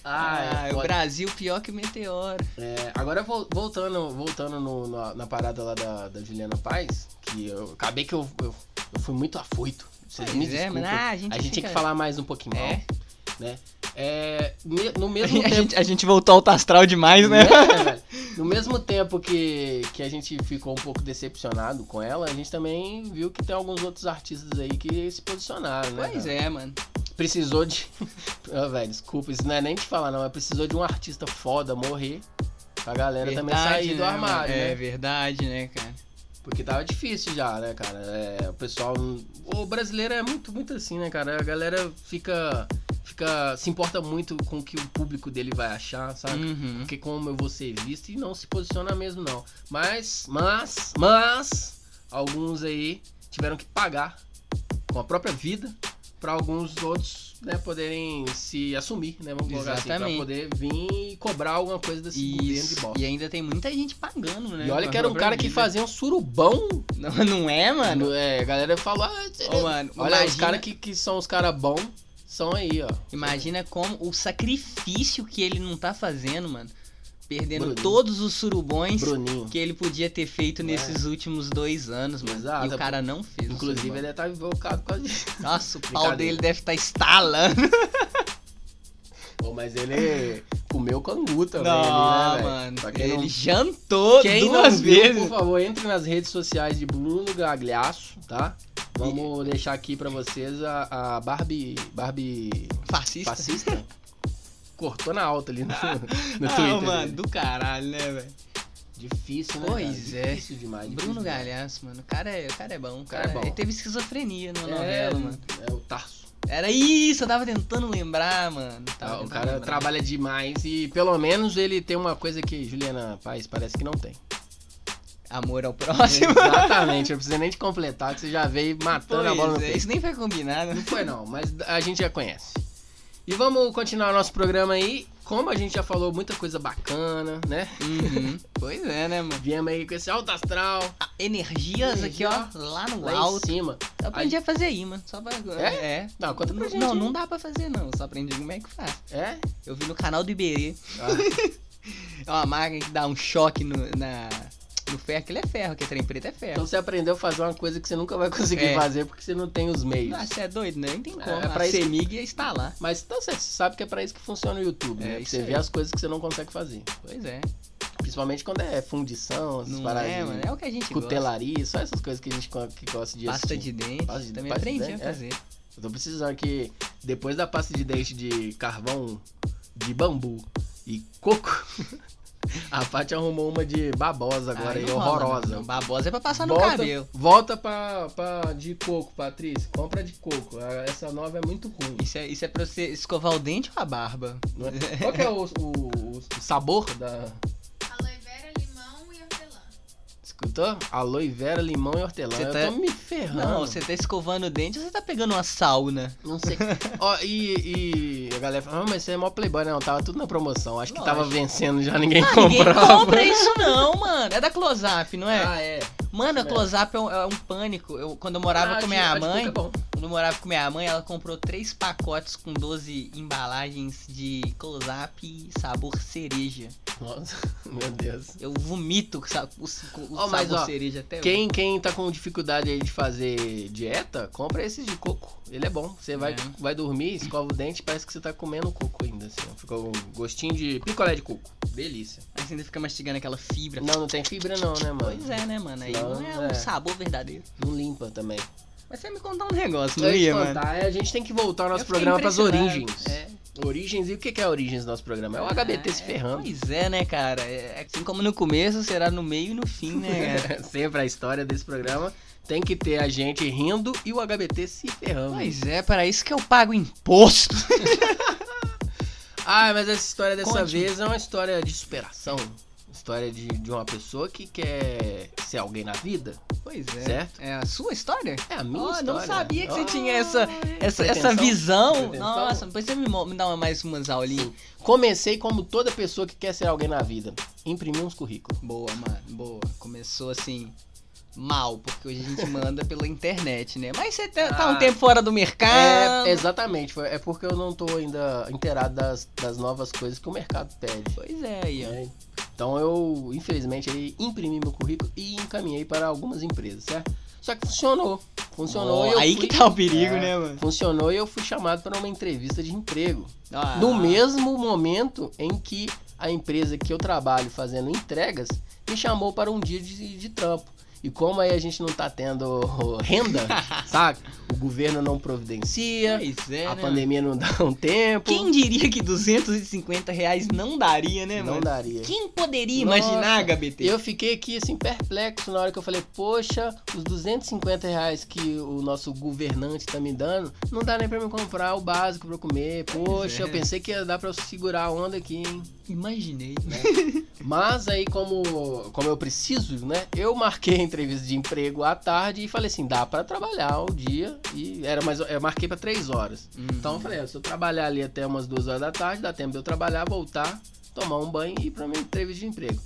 Speaker 2: Ah,
Speaker 1: Ai,
Speaker 2: o
Speaker 1: foda.
Speaker 2: Brasil pior que meteoro.
Speaker 1: É, agora vol- voltando, voltando no- na, na parada lá da, da Juliana Paz, que eu acabei que eu, eu, eu fui muito afoito. Vocês me
Speaker 2: Pois é,
Speaker 1: desculpem.
Speaker 2: mano. Ah, a
Speaker 1: a
Speaker 2: gente
Speaker 1: gente,
Speaker 2: fica-
Speaker 1: tinha que falar mais um pouquinho.
Speaker 2: É.
Speaker 1: Né? É, me- no
Speaker 2: A
Speaker 1: mesmo
Speaker 2: gente, a
Speaker 1: tempo.
Speaker 2: gente- a gente voltou ao astral demais, né?
Speaker 1: Né, velho? no mesmo tempo que, que a gente ficou um pouco decepcionado com ela, a gente também viu que tem alguns outros artistas aí que se posicionaram, né?
Speaker 2: Pois
Speaker 1: cara?
Speaker 2: é, mano.
Speaker 1: Precisou de. Ah, velho, desculpa, isso não é nem te falar, não. É precisou de um artista foda morrer pra galera também sair do
Speaker 2: né,
Speaker 1: armário,
Speaker 2: mano? É
Speaker 1: né?
Speaker 2: verdade, né, cara?
Speaker 1: Porque tava difícil já, né, cara? É, o pessoal. O brasileiro é muito, muito assim, né, cara? A galera fica. fica se importa muito com o que o público dele vai achar, sabe?
Speaker 2: Uhum.
Speaker 1: Porque como eu vou ser visto e não se posiciona mesmo, não. Mas, mas, mas, alguns aí tiveram que pagar com a própria vida pra alguns outros, né, poderem se assumir, né? Vamos colocar assim,
Speaker 2: Exatamente.
Speaker 1: pra poder vir e cobrar alguma coisa desse governo de
Speaker 2: Isso.
Speaker 1: bosta.
Speaker 2: E ainda tem muita gente pagando, né?
Speaker 1: E olha
Speaker 2: com
Speaker 1: que
Speaker 2: a
Speaker 1: era um
Speaker 2: própria
Speaker 1: cara que
Speaker 2: vida.
Speaker 1: fazia um surubão.
Speaker 2: Não, não é, mano?
Speaker 1: no- É, a galera falou. Ah, você-
Speaker 2: Ô, mano,
Speaker 1: olha,
Speaker 2: imagina,
Speaker 1: os caras que, que são os caras bons são aí, ó.
Speaker 2: imagina como o sacrifício que ele não tá fazendo, mano. Perdendo
Speaker 1: Bruno.
Speaker 2: todos os surubões
Speaker 1: Bruninho.
Speaker 2: que ele podia ter feito
Speaker 1: É.
Speaker 2: nesses últimos dois anos, mano.
Speaker 1: Exato.
Speaker 2: E o cara não fez. o
Speaker 1: Inclusive, é-
Speaker 2: surubão.
Speaker 1: ele tá invocado por causa disso.
Speaker 2: Nossa, o pau tá
Speaker 1: Brincadeira.
Speaker 2: dele deve estar estalando.
Speaker 1: Pô, mas ele. comeu cangu também.
Speaker 2: Não,
Speaker 1: ali, né, velho?
Speaker 2: mano.
Speaker 1: Pra quem
Speaker 2: Ele
Speaker 1: não-
Speaker 2: jantou
Speaker 1: Quem não
Speaker 2: duas
Speaker 1: viu,
Speaker 2: vezes.
Speaker 1: por favor, entre nas redes sociais de Bruno Gagliasso, tá? Vamos deixar aqui pra vocês a, a Barbie, Barbie
Speaker 2: Fascista.
Speaker 1: fascista. Cortou na alta ali no, no
Speaker 2: ah,
Speaker 1: Twitter.
Speaker 2: mano,
Speaker 1: né?
Speaker 2: do caralho, né, velho?
Speaker 1: Difícil, né?
Speaker 2: Pois
Speaker 1: cara?
Speaker 2: é.
Speaker 1: Difícil demais.
Speaker 2: Bruno
Speaker 1: difícil demais.
Speaker 2: Galhaço, mano. O cara é, o cara é bom. O
Speaker 1: Cara é
Speaker 2: cara,
Speaker 1: bom.
Speaker 2: Ele teve esquizofrenia numa
Speaker 1: É,
Speaker 2: novela, mano.
Speaker 1: é o Tarso.
Speaker 2: Era isso, eu tava tentando lembrar, mano. Tava
Speaker 1: Tá, o
Speaker 2: tentando
Speaker 1: cara
Speaker 2: lembrar.
Speaker 1: trabalha demais e pelo menos ele tem uma coisa que Juliana Paz parece que não tem.
Speaker 2: Amor ao próximo.
Speaker 1: Exatamente, eu não precisa nem de completar, que você já veio matando a bola no
Speaker 2: Pois é,
Speaker 1: peito.
Speaker 2: isso nem foi combinado.
Speaker 1: Não foi não, mas a gente já conhece. E vamos continuar nosso programa aí. Como a gente já falou muita coisa bacana, né?
Speaker 2: Uhum. Pois é, né, mano?
Speaker 1: Viemos aí com esse alto astral,
Speaker 2: Energias aqui, ó,
Speaker 1: Energia
Speaker 2: lá no
Speaker 1: lá em
Speaker 2: alto.
Speaker 1: cima.
Speaker 2: Só aprendi a fazer aí, mano. Só pra...
Speaker 1: É? Não, conta pra
Speaker 2: Não,
Speaker 1: gente. né?
Speaker 2: não, não dá pra fazer, não. Só aprendi como é que faz.
Speaker 1: É?
Speaker 2: Eu vi no canal do Iberê.
Speaker 1: Ah,
Speaker 2: É uma máquina que dá um choque no, na, no ferro. Aquilo é ferro, que é trem preto é ferro.
Speaker 1: então você aprendeu a fazer uma coisa que você nunca vai conseguir
Speaker 2: É.
Speaker 1: fazer porque você não tem os meios.
Speaker 2: Ah, você é doido, né? Nem tem
Speaker 1: É,
Speaker 2: como.
Speaker 1: é
Speaker 2: a
Speaker 1: pra isso-
Speaker 2: CEMIG ia estar lá.
Speaker 1: Mas tá certo, você sabe que é pra isso que funciona o YouTube,
Speaker 2: É,
Speaker 1: né? Pra
Speaker 2: isso
Speaker 1: você
Speaker 2: aí.
Speaker 1: vê as coisas que você não consegue fazer.
Speaker 2: Pois é.
Speaker 1: Principalmente quando é fundição, essas
Speaker 2: Não
Speaker 1: paradas.
Speaker 2: é,
Speaker 1: de
Speaker 2: mano. É o que a gente gosta.
Speaker 1: Cutelaria, só essas coisas que a gente co- que gosta de
Speaker 2: Pasta
Speaker 1: assistir.
Speaker 2: de dente.
Speaker 1: Pasta de-
Speaker 2: também
Speaker 1: pasta de
Speaker 2: aprendi
Speaker 1: dente,
Speaker 2: a
Speaker 1: é.
Speaker 2: fazer.
Speaker 1: Eu tô precisando que depois da pasta de dente de carvão, de bambu e coco, a Paty arrumou uma de babosa agora, aí,
Speaker 2: Aí Ah, não rola,
Speaker 1: horrorosa.
Speaker 2: não. Babosa é pra passar no
Speaker 1: volta,
Speaker 2: cabelo.
Speaker 1: volta pra, pra de coco, Patrícia. Compra de coco. Ah, Essa nova é muito ruim.
Speaker 2: Isso é, isso é pra você escovar o dente ou a barba?
Speaker 1: Não é? Qual que é o, o- o sabor da.
Speaker 3: Aloe vera, limão e hortelã.
Speaker 1: Escutou? Aloe vera, limão e hortelã.
Speaker 2: Você
Speaker 1: Eu
Speaker 2: tá-
Speaker 1: tô me ferrando.
Speaker 2: Não, você tá escovando o dente ou você tá pegando uma sauna?
Speaker 1: Não sei. Ó, e, e a galera fala, ah, mas você é mó playboy, não. Tava tudo na promoção. Acho que tava
Speaker 2: Lógico.
Speaker 1: vencendo já, ninguém
Speaker 2: Ah, ninguém
Speaker 1: comprava.
Speaker 2: compra isso não, mano. É da Close-Up, não é?
Speaker 1: Ah, é.
Speaker 2: Mano, a
Speaker 1: É.
Speaker 2: Close-Up é, um, é um pânico. Eu, quando eu morava
Speaker 1: Ah,
Speaker 2: com
Speaker 1: de-
Speaker 2: minha
Speaker 1: ah, de
Speaker 2: mãe,
Speaker 1: coco é bom.
Speaker 2: quando eu morava com minha mãe, ela comprou três pacotes com 12 embalagens de Close-Up e sabor cereja.
Speaker 1: Nossa, meu Deus.
Speaker 2: Eu vomito com sa- o, s- com o
Speaker 1: Ó, mas,
Speaker 2: sabor
Speaker 1: ó,
Speaker 2: cereja até hoje.
Speaker 1: Quem, quem tá com dificuldade aí de fazer dieta, compra esses de coco. Ele é bom. Você vai,
Speaker 2: É.
Speaker 1: vai dormir, escova o dente, parece que você tá comendo coco ainda. Assim. ó. Fica um gostinho de picolé de coco. Delícia.
Speaker 2: Aí você ainda fica mastigando aquela fibra.
Speaker 1: Não, não tem fibra não, né, mano?
Speaker 2: Pois é, né, mano? Aí não, é,
Speaker 1: Não, é.
Speaker 2: um sabor verdadeiro.
Speaker 1: Não limpa também.
Speaker 2: Mas você ia me contar um negócio,
Speaker 1: Eu
Speaker 2: não
Speaker 1: ia te
Speaker 2: ia, mano?
Speaker 1: contar, é, a gente tem que voltar o nosso
Speaker 2: Eu fiquei
Speaker 1: programa pras
Speaker 2: impressionado.
Speaker 1: origens.
Speaker 2: É.
Speaker 1: Origens, e o que que é a origens do nosso programa? É o HBT se
Speaker 2: Ah, é,
Speaker 1: ferrando.
Speaker 2: Pois é, né, cara? É, assim como no começo, será no meio e no fim, né, cara?
Speaker 1: Sempre a história desse programa tem que ter a gente rindo e o HBT se ferrando.
Speaker 2: pois é, para isso que eu pago imposto.
Speaker 1: Ah, mas essa história dessa
Speaker 2: Conte.
Speaker 1: vez é uma história de superação. História de, de uma pessoa que quer ser alguém na vida,
Speaker 2: Pois é.
Speaker 1: certo?
Speaker 2: É a sua história?
Speaker 1: É a minha
Speaker 2: Oh,
Speaker 1: história.
Speaker 2: não sabia que você
Speaker 1: Oh,
Speaker 2: tinha essa, essa,
Speaker 1: pretensão.
Speaker 2: essa visão.
Speaker 1: Pretensão.
Speaker 2: Nossa, depois você me, mo- me dá uma- mais umas aulinhas.
Speaker 1: Sim. Comecei como toda pessoa que quer ser alguém na vida. Imprimir uns currículos.
Speaker 2: Boa, mano, boa. Começou assim, mal, porque hoje a gente manda pela internet, né? Mas você tá, tá
Speaker 1: Ah.
Speaker 2: um tempo fora do mercado.
Speaker 1: É, exatamente. foi- É porque eu não tô ainda inteirado das, das novas coisas que o mercado pede.
Speaker 2: Pois é, aí, ó.
Speaker 1: né? Então eu, infelizmente, aí, imprimi meu currículo e encaminhei para algumas empresas, certo? Só que funcionou. Funcionou e
Speaker 2: Ó,
Speaker 1: eu
Speaker 2: aí
Speaker 1: fui...
Speaker 2: que tá o perigo,
Speaker 1: É.
Speaker 2: né, mano?
Speaker 1: Funcionou e eu fui chamado para uma entrevista de emprego.
Speaker 2: Ah.
Speaker 1: No mesmo momento em que a empresa que eu trabalho fazendo entregas me chamou para um dia de, de trampo. E como aí a gente não tá tendo renda, saca? O governo não providencia,
Speaker 2: Pois é,
Speaker 1: a
Speaker 2: né,
Speaker 1: pandemia não dá um tempo.
Speaker 2: Quem diria que 250 reais não daria, né,
Speaker 1: não
Speaker 2: mano?
Speaker 1: daria.
Speaker 2: Quem poderia
Speaker 1: Nossa,
Speaker 2: imaginar, HBT?
Speaker 1: Eu fiquei aqui assim perplexo na hora que eu falei, poxa, os 250 reais que o nosso governante tá me dando, não dá nem pra me comprar o básico pra eu comer. Poxa,
Speaker 2: é.
Speaker 1: eu pensei que ia dar pra eu segurar a onda aqui, hein?
Speaker 2: Imaginei. né?
Speaker 1: Mas aí, como, como eu preciso, né? Eu marquei a entrevista de emprego à tarde e falei assim: dá pra trabalhar o dia. E era mais. Eu marquei pra três horas.
Speaker 2: Hum.
Speaker 1: Então eu falei: ó, se eu trabalhar ali até umas duas horas da tarde, dá tempo de eu trabalhar, voltar, tomar um banho e ir pra minha entrevista de emprego.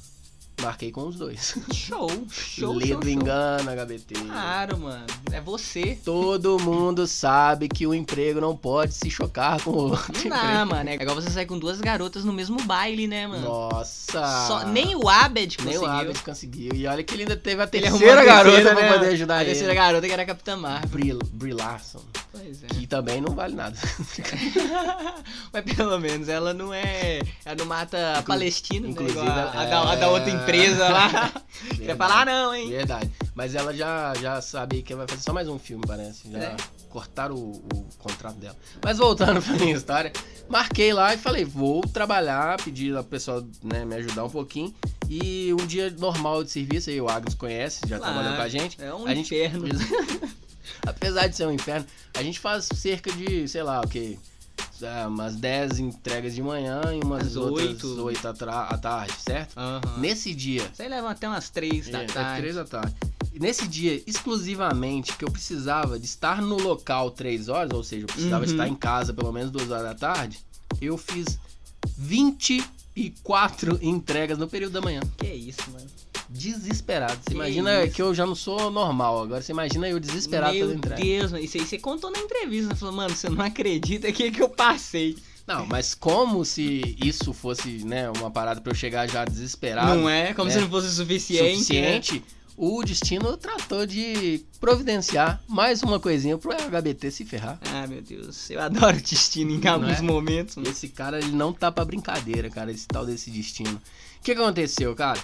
Speaker 1: Marquei com os dois.
Speaker 2: show, show, show,
Speaker 1: Ledo
Speaker 2: show.
Speaker 1: engano, HBT.
Speaker 2: Claro, mano. É você.
Speaker 1: Todo mundo sabe que o emprego não pode se chocar com o outro.
Speaker 2: Não dá, mano. É igual você sai com duas garotas no mesmo baile, né, mano?
Speaker 1: Nossa!
Speaker 2: Só- nem o Abed
Speaker 1: Nem
Speaker 2: conseguiu.
Speaker 1: o Abed conseguiu. E olha que ele ainda teve a
Speaker 2: Ele
Speaker 1: terceira
Speaker 2: arrumou a
Speaker 1: garota
Speaker 2: terceira,
Speaker 1: pra
Speaker 2: né?
Speaker 1: poder ajudar
Speaker 2: A
Speaker 1: ele.
Speaker 2: terceira garota que era a Capitã Marvel.
Speaker 1: Brie, Brie Larson.
Speaker 2: Pois é.
Speaker 1: Que também não vale nada.
Speaker 2: Mas pelo menos ela não é. Ela não mata a
Speaker 1: Inclu-
Speaker 2: Palestina, né?
Speaker 1: inclusive,
Speaker 2: Igual a, a da, a
Speaker 1: é-
Speaker 2: da outra empresa lá. Quer
Speaker 1: Verdade.
Speaker 2: falar, "Ah, não, hein?
Speaker 1: Verdade. Mas ela já, já sabe que vai fazer só mais um filme, parece. Já
Speaker 2: É.
Speaker 1: cortaram o, o contrato dela. Mas voltando pra minha história, marquei lá e falei, vou trabalhar, pedi a pessoa né, me ajudar um pouquinho. E um dia normal de serviço, aí o Agnes conhece, já
Speaker 2: Claro.
Speaker 1: trabalhou com a tá gente.
Speaker 2: É um
Speaker 1: a gente-
Speaker 2: inferno.
Speaker 1: Apesar de ser um inferno, a gente faz cerca de, sei lá, o que Umas 10 entregas de manhã e umas
Speaker 2: Às
Speaker 1: outras
Speaker 2: oito.
Speaker 1: 8 à tarde, certo?
Speaker 2: Aham.
Speaker 1: Nesse dia,
Speaker 2: Isso aí leva até umas três da
Speaker 1: é,
Speaker 2: tarde.
Speaker 1: às três da tarde. E nesse dia, exclusivamente, que eu precisava de estar no local três horas, ou seja, eu precisava
Speaker 2: Uhum.
Speaker 1: estar em casa pelo menos duas horas da tarde, eu fiz 24 entregas no período da manhã.
Speaker 2: Que isso, mano.
Speaker 1: Desesperado. Você
Speaker 2: Que
Speaker 1: imagina
Speaker 2: isso.
Speaker 1: que eu já não sou normal. Agora você imagina eu desesperado
Speaker 2: Meu
Speaker 1: pela entrega.
Speaker 2: Deus, mano. Isso aí você contou na entrevista. Você falou, mano, você não acredita que que eu passei.
Speaker 1: Não, mas como se isso fosse, né, uma parada pra eu chegar já desesperado.
Speaker 2: Não é? Como
Speaker 1: né?
Speaker 2: se não fosse suficiente. né?
Speaker 1: suficiente, o destino tratou de providenciar mais uma coisinha pro HBT se ferrar.
Speaker 2: Ah, meu Deus. Eu adoro destino em alguns
Speaker 1: é?
Speaker 2: momentos, mano.
Speaker 1: Esse cara, ele não tá pra brincadeira, cara, esse tal desse destino. O que que aconteceu, cara?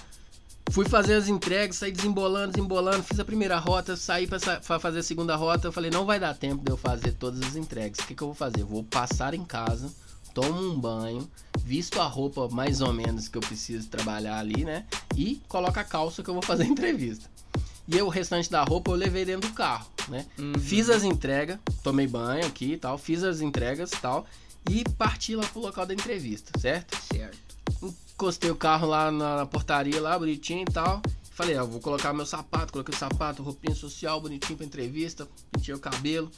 Speaker 1: Fui fazer as entregas, saí desembolando, desembolando, fiz a primeira rota, saí pra, sa- pra fazer a segunda rota. Eu falei, não vai dar tempo de eu fazer todas as entregas. O que que eu vou fazer? Vou passar em casa, tomo um banho, visto a roupa mais ou menos que eu preciso trabalhar ali, né? E coloco a calça que eu vou fazer a entrevista. E eu, o restante da roupa eu levei dentro do carro, né?
Speaker 2: Uhum.
Speaker 1: Fiz as entregas, tomei banho aqui e tal, fiz as entregas e tal, e parti lá pro local da entrevista, certo?
Speaker 2: Certo.
Speaker 1: Encostei o carro lá na, na portaria, lá bonitinho e tal. Falei, ó, vou colocar meu sapato, coloquei o sapato, roupinha social, bonitinho pra entrevista, pintei o cabelo.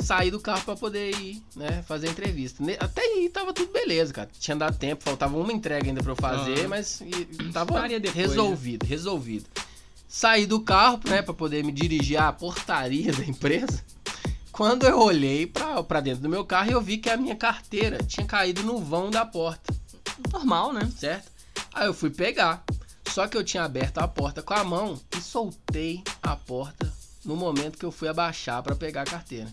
Speaker 1: Saí do carro pra poder ir, né, fazer a entrevista. Ne- Até aí tava tudo beleza, cara. Tinha dado tempo, faltava uma entrega ainda pra eu fazer,
Speaker 2: Aham.
Speaker 1: mas e- e tava
Speaker 2: Faria depois, né?
Speaker 1: resolvido, resolvido. Saí do carro, né, pra poder me dirigir à portaria da empresa. Quando eu olhei pra, pra dentro do meu carro, eu vi que a minha carteira tinha caído no vão da porta
Speaker 2: Normal, né?
Speaker 1: certo? Aí eu fui pegar. Só que eu tinha aberto a porta com a mão e soltei a porta no momento que eu fui abaixar pra pegar a carteira.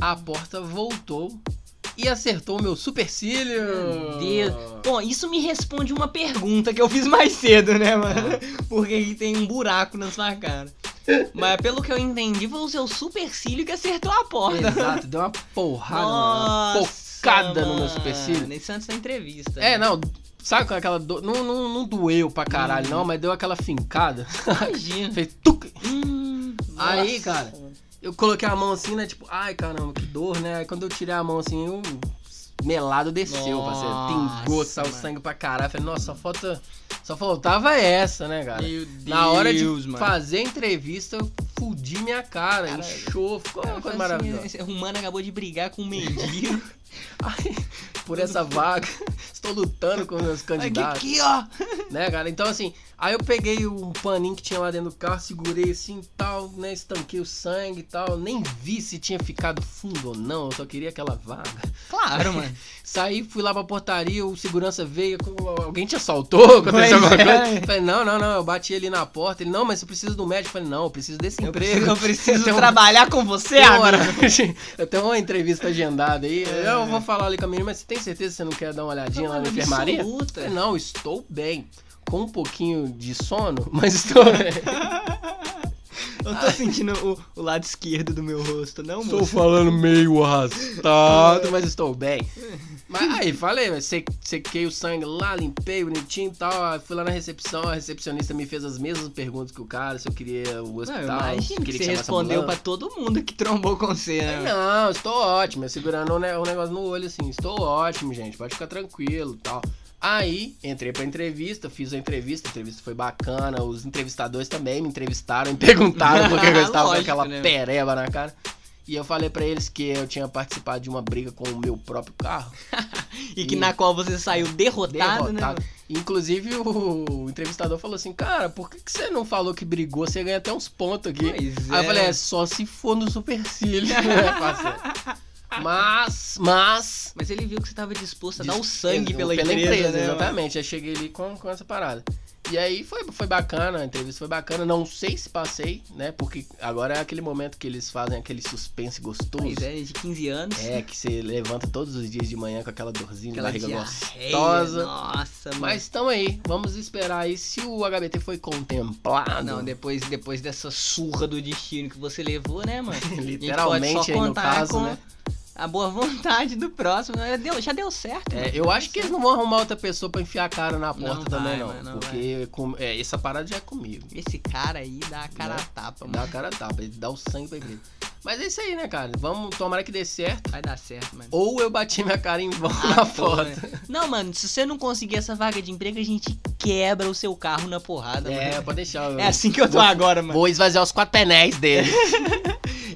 Speaker 1: A porta voltou e acertou o meu supercílio.
Speaker 2: Meu Deus. Bom, isso me responde uma pergunta que eu fiz mais cedo, né, mano? Porque aí tem um buraco na sua cara. Mas pelo que eu entendi, foi o seu supercílio que acertou a porta.
Speaker 1: Exato, deu uma porrada, mano, uma
Speaker 2: Nossa,
Speaker 1: pocada no meu
Speaker 2: mano.
Speaker 1: supercílio.
Speaker 2: Nesse antes da entrevista.
Speaker 1: É, não, sabe com aquela dor? Não, não, não doeu pra caralho,
Speaker 2: Hum.
Speaker 1: não, mas deu aquela fincada.
Speaker 2: Imagina.
Speaker 1: Fez tuc.
Speaker 2: Hum,
Speaker 1: Aí,
Speaker 2: nossa.
Speaker 1: cara. Eu coloquei a mão assim, né? Tipo, ai caramba, que dor, né? Aí quando eu tirei a mão assim, o melado desceu,
Speaker 2: Nossa,
Speaker 1: parceiro. Pingou, saiu
Speaker 2: mano.
Speaker 1: sangue pra caralho. Falei, nossa, só, falta, só faltava essa, né, cara?
Speaker 2: Meu Deus,
Speaker 1: Na hora de
Speaker 2: mano.
Speaker 1: fazer a entrevista, eu fudi minha cara,
Speaker 2: Cara,
Speaker 1: inchou, ficou
Speaker 2: Cara,
Speaker 1: uma coisa
Speaker 2: fala
Speaker 1: maravilhosa.
Speaker 2: assim, esse Romano acabou de brigar com um mendigo.
Speaker 1: Ai, por essa vaga, estou lutando com meus
Speaker 2: aqui,
Speaker 1: candidatos,
Speaker 2: aqui, ó.
Speaker 1: né, cara? Então, assim, aí eu peguei um paninho que tinha lá dentro do carro, segurei assim e tal, né? Estanquei o sangue e tal. Nem vi se tinha ficado fundo ou não, eu só queria aquela vaga.
Speaker 2: Claro, mano.
Speaker 1: Saí, fui lá pra portaria, o segurança veio, alguém te assaltou, aconteceu
Speaker 2: Pois
Speaker 1: alguma
Speaker 2: é.
Speaker 1: coisa. Falei, não, não, não, eu bati ali na porta. Ele, não, mas você precisa do médico. Falei, não, eu preciso desse
Speaker 2: Eu
Speaker 1: emprego.
Speaker 2: preciso, eu preciso
Speaker 1: Tem um-
Speaker 2: trabalhar com você
Speaker 1: tem uma
Speaker 2: agora.
Speaker 1: hora- Eu tenho uma entrevista agendada aí.
Speaker 2: É. um
Speaker 1: Eu vou falar ali com a menina, mas você tem certeza que você não quer dar uma olhadinha lá na enfermaria? Falei, É, não, estou bem. Com um pouquinho de sono, mas estou bem.
Speaker 2: Eu tô sentindo o, o lado esquerdo do meu rosto, não,
Speaker 1: Estou
Speaker 2: moço?
Speaker 1: falando meio arrastado, mas estou bem. Mas aí, falei, mas se- sequei o sangue lá, limpei bonitinho e tal. aí Fui lá na recepção, a recepcionista me fez as mesmas perguntas que o cara, se eu queria o
Speaker 2: Não,
Speaker 1: hospital. se
Speaker 2: eu
Speaker 1: eu
Speaker 2: imagino
Speaker 1: queria
Speaker 2: que você
Speaker 1: chamasse a
Speaker 2: respondeu pra
Speaker 1: ambulância.
Speaker 2: todo mundo que trombou com você, né? mano?
Speaker 1: Não, estou ótimo. Eu segurando o ne- o negócio no olho assim, estou ótimo, gente, pode ficar tranquilo e tal. Aí, entrei pra entrevista, fiz a entrevista, a entrevista foi bacana, os entrevistadores também me entrevistaram e perguntaram por que eu estava com
Speaker 2: Lógico,
Speaker 1: aquela
Speaker 2: né?
Speaker 1: pereba na cara. E eu falei pra eles que eu tinha participado de uma briga com o meu próprio carro,
Speaker 2: E que na qual você saiu derrotado,
Speaker 1: derrotado.
Speaker 2: né? mano?
Speaker 1: Inclusive, o entrevistador falou assim, cara, por que, que você não falou que brigou? Você ganha até uns pontos aqui.
Speaker 2: Pois
Speaker 1: Aí eu falei, é só se for no supercílio, né, parceiro? Mas, mas...
Speaker 2: Mas ele viu que você tava disposto a dar
Speaker 1: Diz-
Speaker 2: o um sangue
Speaker 1: eu-
Speaker 2: pela, igreja, né, mano?
Speaker 1: exatamente. Aí cheguei ali com, com essa parada. E aí foi, foi bacana, a entrevista foi bacana. Não sei se passei, né? Porque agora é aquele momento que eles fazem aquele suspense gostoso.
Speaker 2: Pois é, de 15 anos.
Speaker 1: É, que você levanta todos os dias de manhã com aquela dorzinha
Speaker 2: Aquela
Speaker 1: de barriga
Speaker 2: diarreia,
Speaker 1: gostosa.
Speaker 2: Nossa, mano.
Speaker 1: Mas tamo aí, vamos esperar aí se o HBT foi
Speaker 2: Ah,
Speaker 1: contemplado.
Speaker 2: não, depois, depois dessa surra do destino que você levou, né, mano?
Speaker 1: Literalmente
Speaker 2: a gente pode só
Speaker 1: aí no
Speaker 2: contar
Speaker 1: caso,
Speaker 2: com
Speaker 1: né?
Speaker 2: a boa vontade do próximo. Já deu, já deu certo.
Speaker 1: É, eu acho que eles não vão arrumar outra pessoa pra enfiar a cara na porta
Speaker 2: Não
Speaker 1: também,
Speaker 2: vai,
Speaker 1: não.
Speaker 2: mano, não
Speaker 1: porque com- é, essa parada já é comigo.
Speaker 2: Esse cara aí dá a cara
Speaker 1: Né?
Speaker 2: a tapa, mano.
Speaker 1: Dá a cara a tapa, ele dá o sangue pra igreja. Mas é isso aí, né, cara? Vamos, tomara que dê certo.
Speaker 2: Vai dar certo, mano.
Speaker 1: Ou eu bati minha cara em vão
Speaker 2: Ah,
Speaker 1: na
Speaker 2: pô,
Speaker 1: foto.
Speaker 2: né? Não, mano, se você não conseguir essa vaga de emprego, a gente quebra o seu carro na porrada,
Speaker 1: É,
Speaker 2: mano.
Speaker 1: pode deixar. Eu...
Speaker 2: É assim que eu tô
Speaker 1: Vou-
Speaker 2: agora, mano. É assim.
Speaker 1: Vou esvaziar os quatro painéis dele.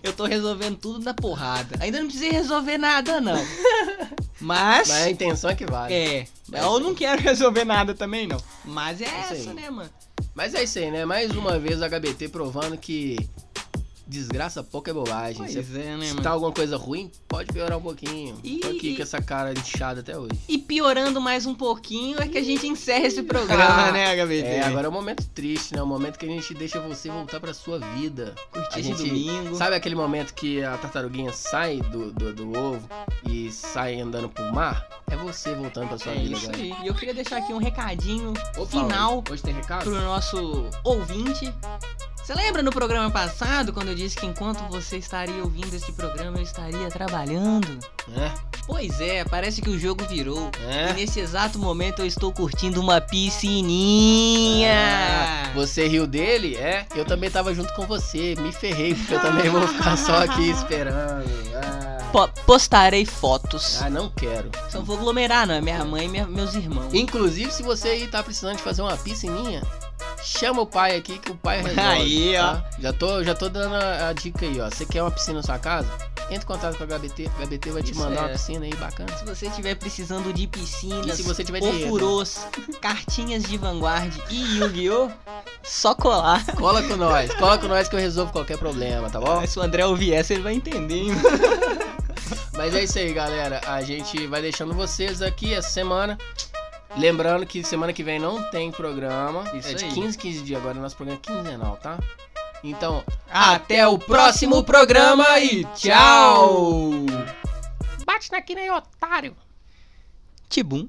Speaker 2: Eu tô resolvendo tudo na porrada. Ainda não precisei resolver nada, não. Mas.
Speaker 1: Mas a intenção é que vale.
Speaker 2: É.
Speaker 1: Mas
Speaker 2: Eu
Speaker 1: sim.
Speaker 2: não quero resolver nada também, não. Mas é
Speaker 1: Isso aí.
Speaker 2: essa, né, mano?
Speaker 1: Mas é isso aí, né? Mais uma vez o HBT provando que desgraça pouca é bobagem.
Speaker 2: Pois
Speaker 1: Você
Speaker 2: é, né,
Speaker 1: Se
Speaker 2: mano?
Speaker 1: tá alguma coisa ruim, pode piorar um pouquinho.
Speaker 2: Ih.
Speaker 1: Tô aqui com essa cara inchada até hoje.
Speaker 2: E piorando mais um pouquinho é que a gente encerra esse programa,
Speaker 1: Ah,
Speaker 2: né, HBT?
Speaker 1: É, agora é um momento triste, né? Um momento que a gente deixa você voltar pra sua vida.
Speaker 2: Curtir
Speaker 1: a
Speaker 2: esse
Speaker 1: gente-
Speaker 2: domingo.
Speaker 1: Sabe aquele momento que a tartaruguinha sai do, do, do ovo e sai andando pro mar? É você voltando pra sua
Speaker 2: É
Speaker 1: vida
Speaker 2: isso
Speaker 1: agora.
Speaker 2: aí. E eu queria deixar aqui um recadinho
Speaker 1: Opa,
Speaker 2: final
Speaker 1: Hoje tem recado?
Speaker 2: pro nosso ouvinte. Você lembra no programa passado quando eu disse que enquanto você estaria ouvindo esse programa eu estaria trabalhando?
Speaker 1: É,
Speaker 2: Pois é, parece que o jogo virou. E
Speaker 1: é.
Speaker 2: nesse exato momento eu estou curtindo uma piscininha.
Speaker 1: Você riu dele? É, eu também tava junto com você. Me ferrei, porque eu também vou ficar só aqui esperando. Ah,
Speaker 2: Po- postarei fotos.
Speaker 1: ah não quero.
Speaker 2: Só vou aglomerar, não. é Minha mãe e minha- meus irmãos.
Speaker 1: Inclusive, se você aí tá precisando de fazer uma piscininha, chama o pai aqui que o pai resolve.
Speaker 2: Aí,
Speaker 1: tá? Já tô, já tô dando a, a dica aí, ó. Você quer uma piscina na sua casa? Entre em contato com a HBT. A HBT vai te
Speaker 2: Isso
Speaker 1: mandar
Speaker 2: é.
Speaker 1: uma piscina aí bacana.
Speaker 2: Se você estiver precisando de piscinas,
Speaker 1: E se você tiver dinheiro.
Speaker 2: ofurôs, cartinhas de vanguarda e Yu-Gi-Oh! Só colar.
Speaker 1: Cola com nós, cola com nós que eu resolvo qualquer problema, tá bom?
Speaker 2: Mas se o André ouvir essa, ele vai entender, hein?
Speaker 1: Mas é isso aí, galera. A gente vai deixando vocês aqui essa semana. Lembrando que semana que vem não tem programa.
Speaker 2: Isso
Speaker 1: é de
Speaker 2: aí.
Speaker 1: 15, 15 dias agora. Nosso programa é quinzenal, tá? Então,
Speaker 2: Até o próximo programa e tchau!
Speaker 1: Bate na que nem otário.
Speaker 2: Tibum.